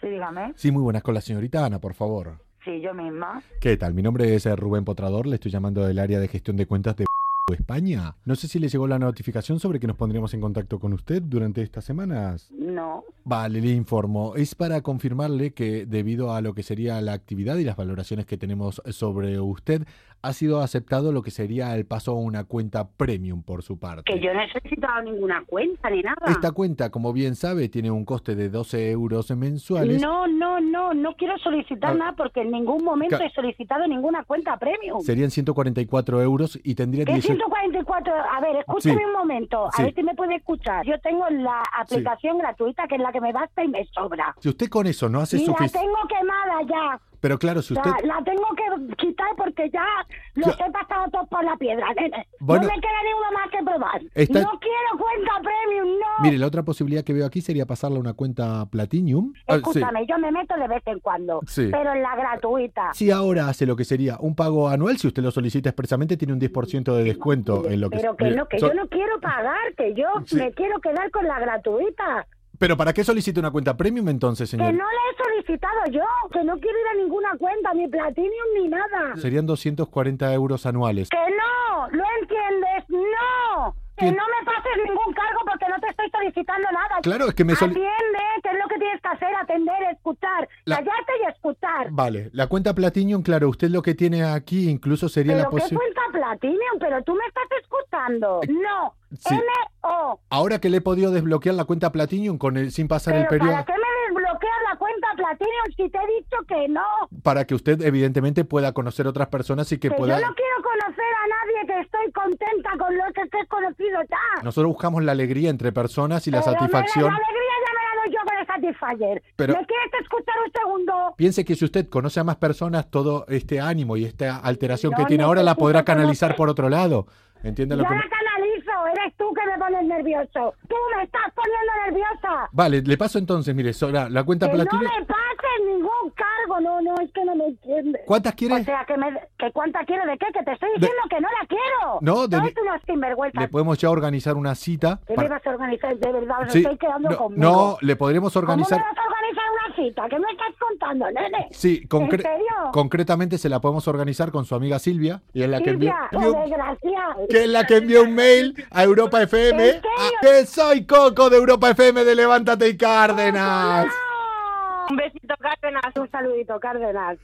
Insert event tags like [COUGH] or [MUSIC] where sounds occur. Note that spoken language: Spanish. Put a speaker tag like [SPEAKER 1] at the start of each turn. [SPEAKER 1] Sí, dígame.
[SPEAKER 2] Sí, muy buenas con la señorita Ana, por favor.
[SPEAKER 1] Sí, yo misma.
[SPEAKER 2] ¿Qué tal? Mi nombre es eh, Rubén Potrador, le estoy llamando del área de gestión de cuentas de [LAUGHS] España. No sé si le llegó la notificación sobre que nos pondríamos en contacto con usted durante estas semanas.
[SPEAKER 1] No.
[SPEAKER 2] Vale, le informo. Es para confirmarle que debido a lo que sería la actividad y las valoraciones que tenemos sobre usted, ha sido aceptado lo que sería el paso a una cuenta premium por su parte.
[SPEAKER 1] Que yo no he solicitado ninguna cuenta ni nada.
[SPEAKER 2] Esta cuenta, como bien sabe, tiene un coste de 12 euros mensuales.
[SPEAKER 1] No, no, no, no quiero solicitar
[SPEAKER 2] Ah.
[SPEAKER 1] nada porque en ningún momento
[SPEAKER 2] Ca-
[SPEAKER 1] he solicitado ninguna cuenta premium.
[SPEAKER 2] Serían 144 euros y tendría
[SPEAKER 1] ¿Qué
[SPEAKER 2] 18...
[SPEAKER 1] 144? A ver, escúchame
[SPEAKER 2] Sí.
[SPEAKER 1] un momento,
[SPEAKER 2] Sí.
[SPEAKER 1] a ver si me puede escuchar. Yo tengo la aplicación gratuita que es la que me basta y me sobra.
[SPEAKER 2] Si usted con eso no hace
[SPEAKER 1] Y la
[SPEAKER 2] suficiente...
[SPEAKER 1] tengo Ah, quemada ya.
[SPEAKER 2] Pero claro, si
[SPEAKER 1] O
[SPEAKER 2] usted...
[SPEAKER 1] sea, la tengo que quitar porque ya los he pasado todos por la piedra, nene.
[SPEAKER 2] Bueno.
[SPEAKER 1] no me queda ninguna más que probar.
[SPEAKER 2] Está-
[SPEAKER 1] No quiero cuenta premium, no.
[SPEAKER 2] Mire, la otra posibilidad que veo aquí sería pasarle a una cuenta Platinum. Ah, sí.
[SPEAKER 1] Escúchame, yo me meto de vez en cuando,
[SPEAKER 2] Sí.
[SPEAKER 1] pero en la gratuita.
[SPEAKER 2] Si ahora hace lo que sería un pago anual, si usted lo solicita expresamente, tiene un 10% de descuento en lo que...
[SPEAKER 1] pero que
[SPEAKER 2] mire,
[SPEAKER 1] no, que
[SPEAKER 2] so-
[SPEAKER 1] yo no quiero pagar, que yo
[SPEAKER 2] Sí.
[SPEAKER 1] me quiero quedar con la gratuita.
[SPEAKER 2] Pero ¿para qué solicita una cuenta premium entonces,
[SPEAKER 1] Que
[SPEAKER 2] señor?
[SPEAKER 1] no la he solicitado yo, que no quiero ir a ninguna cuenta, ni Platinum ni nada.
[SPEAKER 2] Serían 240 euros anuales.
[SPEAKER 1] Que no, ¿lo entiendes? No. Que
[SPEAKER 2] Bien.
[SPEAKER 1] no me pases ningún cargo porque no te estoy solicitando nada.
[SPEAKER 2] Claro, es que me soli-
[SPEAKER 1] Atiende, que es lo que tienes que hacer, atender, escuchar,
[SPEAKER 2] La-
[SPEAKER 1] callarte y escuchar.
[SPEAKER 2] Vale, la cuenta Platinum, claro, usted lo que tiene aquí incluso sería la
[SPEAKER 1] Pero qué
[SPEAKER 2] posibilidad...
[SPEAKER 1] cuenta Platinum, pero tú me estás escuchando. No,
[SPEAKER 2] Eh, sí.
[SPEAKER 1] N-O.
[SPEAKER 2] Ahora que le he podido desbloquear la cuenta Platinum con el, sin pasar
[SPEAKER 1] Pero
[SPEAKER 2] el periodo...
[SPEAKER 1] ¿para qué me desbloqueas la cuenta Platinum si te he dicho que no?
[SPEAKER 2] para que usted evidentemente pueda conocer otras personas y que,
[SPEAKER 1] Que
[SPEAKER 2] pueda...
[SPEAKER 1] yo no quiero conocer a nadie, que estoy contenta con lo que te he conocido ya.
[SPEAKER 2] Nosotros buscamos la alegría entre personas y la
[SPEAKER 1] Pero me
[SPEAKER 2] satisfacción.
[SPEAKER 1] La alegría ya me la doy yo con el Satisfyer.
[SPEAKER 2] Pero-
[SPEAKER 1] ¿Me quieres escuchar un segundo?
[SPEAKER 2] Piense que si usted conoce a más personas, todo este ánimo y esta alteración que
[SPEAKER 1] No
[SPEAKER 2] tiene ahora la
[SPEAKER 1] necesito
[SPEAKER 2] podrá canalizar
[SPEAKER 1] conocer.
[SPEAKER 2] por otro lado. ¿Entiende
[SPEAKER 1] Yo
[SPEAKER 2] lo que
[SPEAKER 1] la
[SPEAKER 2] me-
[SPEAKER 1] canalizo, eres tú que me pones nervioso. Tú me estás poniendo nerviosa.
[SPEAKER 2] Vale, le paso entonces, mire, Sora, la cuenta
[SPEAKER 1] Que no
[SPEAKER 2] Platinum.
[SPEAKER 1] me pases ningún cargo, no, no, es que no me entiendes.
[SPEAKER 2] ¿Cuántas quiere?
[SPEAKER 1] O sea, que, me, que cuánta quiero de qué, que te estoy diciendo que no la quiero.
[SPEAKER 2] No, de-
[SPEAKER 1] Sois unos sinvergüenzas.
[SPEAKER 2] Le podemos ya organizar una cita.
[SPEAKER 1] ¿Qué me
[SPEAKER 2] para-
[SPEAKER 1] vas a organizar? De verdad, os
[SPEAKER 2] Sí,
[SPEAKER 1] estoy quedando
[SPEAKER 2] no,
[SPEAKER 1] conmigo.
[SPEAKER 2] no, le podremos organizar.
[SPEAKER 1] ¿Cómo me vas a organizar una cita? ¿Qué me estás contando, nene?
[SPEAKER 2] Sí, concre-
[SPEAKER 1] ¿En serio?
[SPEAKER 2] concretamente se la podemos organizar con su amiga Silvia. Y es la que envió.
[SPEAKER 1] Silvia,
[SPEAKER 2] envió-
[SPEAKER 1] por desgracia.
[SPEAKER 2] que es la que envió un mail a Europa
[SPEAKER 1] ¿En
[SPEAKER 2] FM.
[SPEAKER 1] serio?
[SPEAKER 2] a- que soy Coco de Europa FM de Levántate y Cárdenas.
[SPEAKER 1] Un besito, Cárdenas. Un saludito, Cárdenas.